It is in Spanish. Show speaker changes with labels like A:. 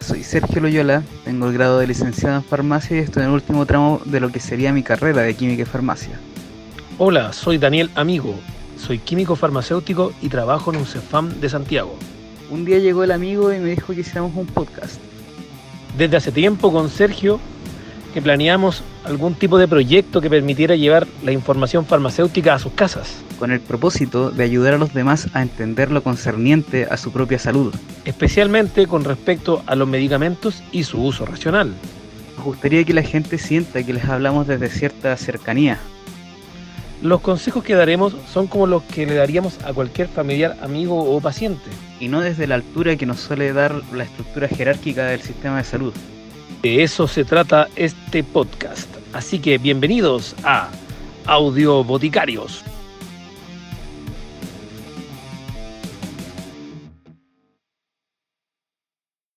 A: Soy Sergio Loyola, tengo el grado de licenciado en farmacia y estoy en el último tramo de lo que sería mi carrera de química y farmacia.
B: Hola, soy Daniel Amigo, soy químico farmacéutico y trabajo en un CEFAM de Santiago.
A: Un día llegó el amigo y me dijo que hiciéramos un podcast.
B: Desde hace tiempo con Sergio que planeamos algún tipo de proyecto que permitiera llevar la información farmacéutica a sus casas,
A: con el propósito de ayudar a los demás a entender lo concerniente a su propia salud.
B: especialmente con respecto a los medicamentos y su uso racional.
A: Nos gustaría que la gente sienta que les hablamos desde cierta cercanía.
B: Los consejos que daremos son como los que le daríamos a cualquier familiar, amigo o paciente.
A: y no desde la altura que nos suele dar la estructura jerárquica del sistema de salud.
B: De eso se trata este podcast. Así que bienvenidos a Audio Boticarios.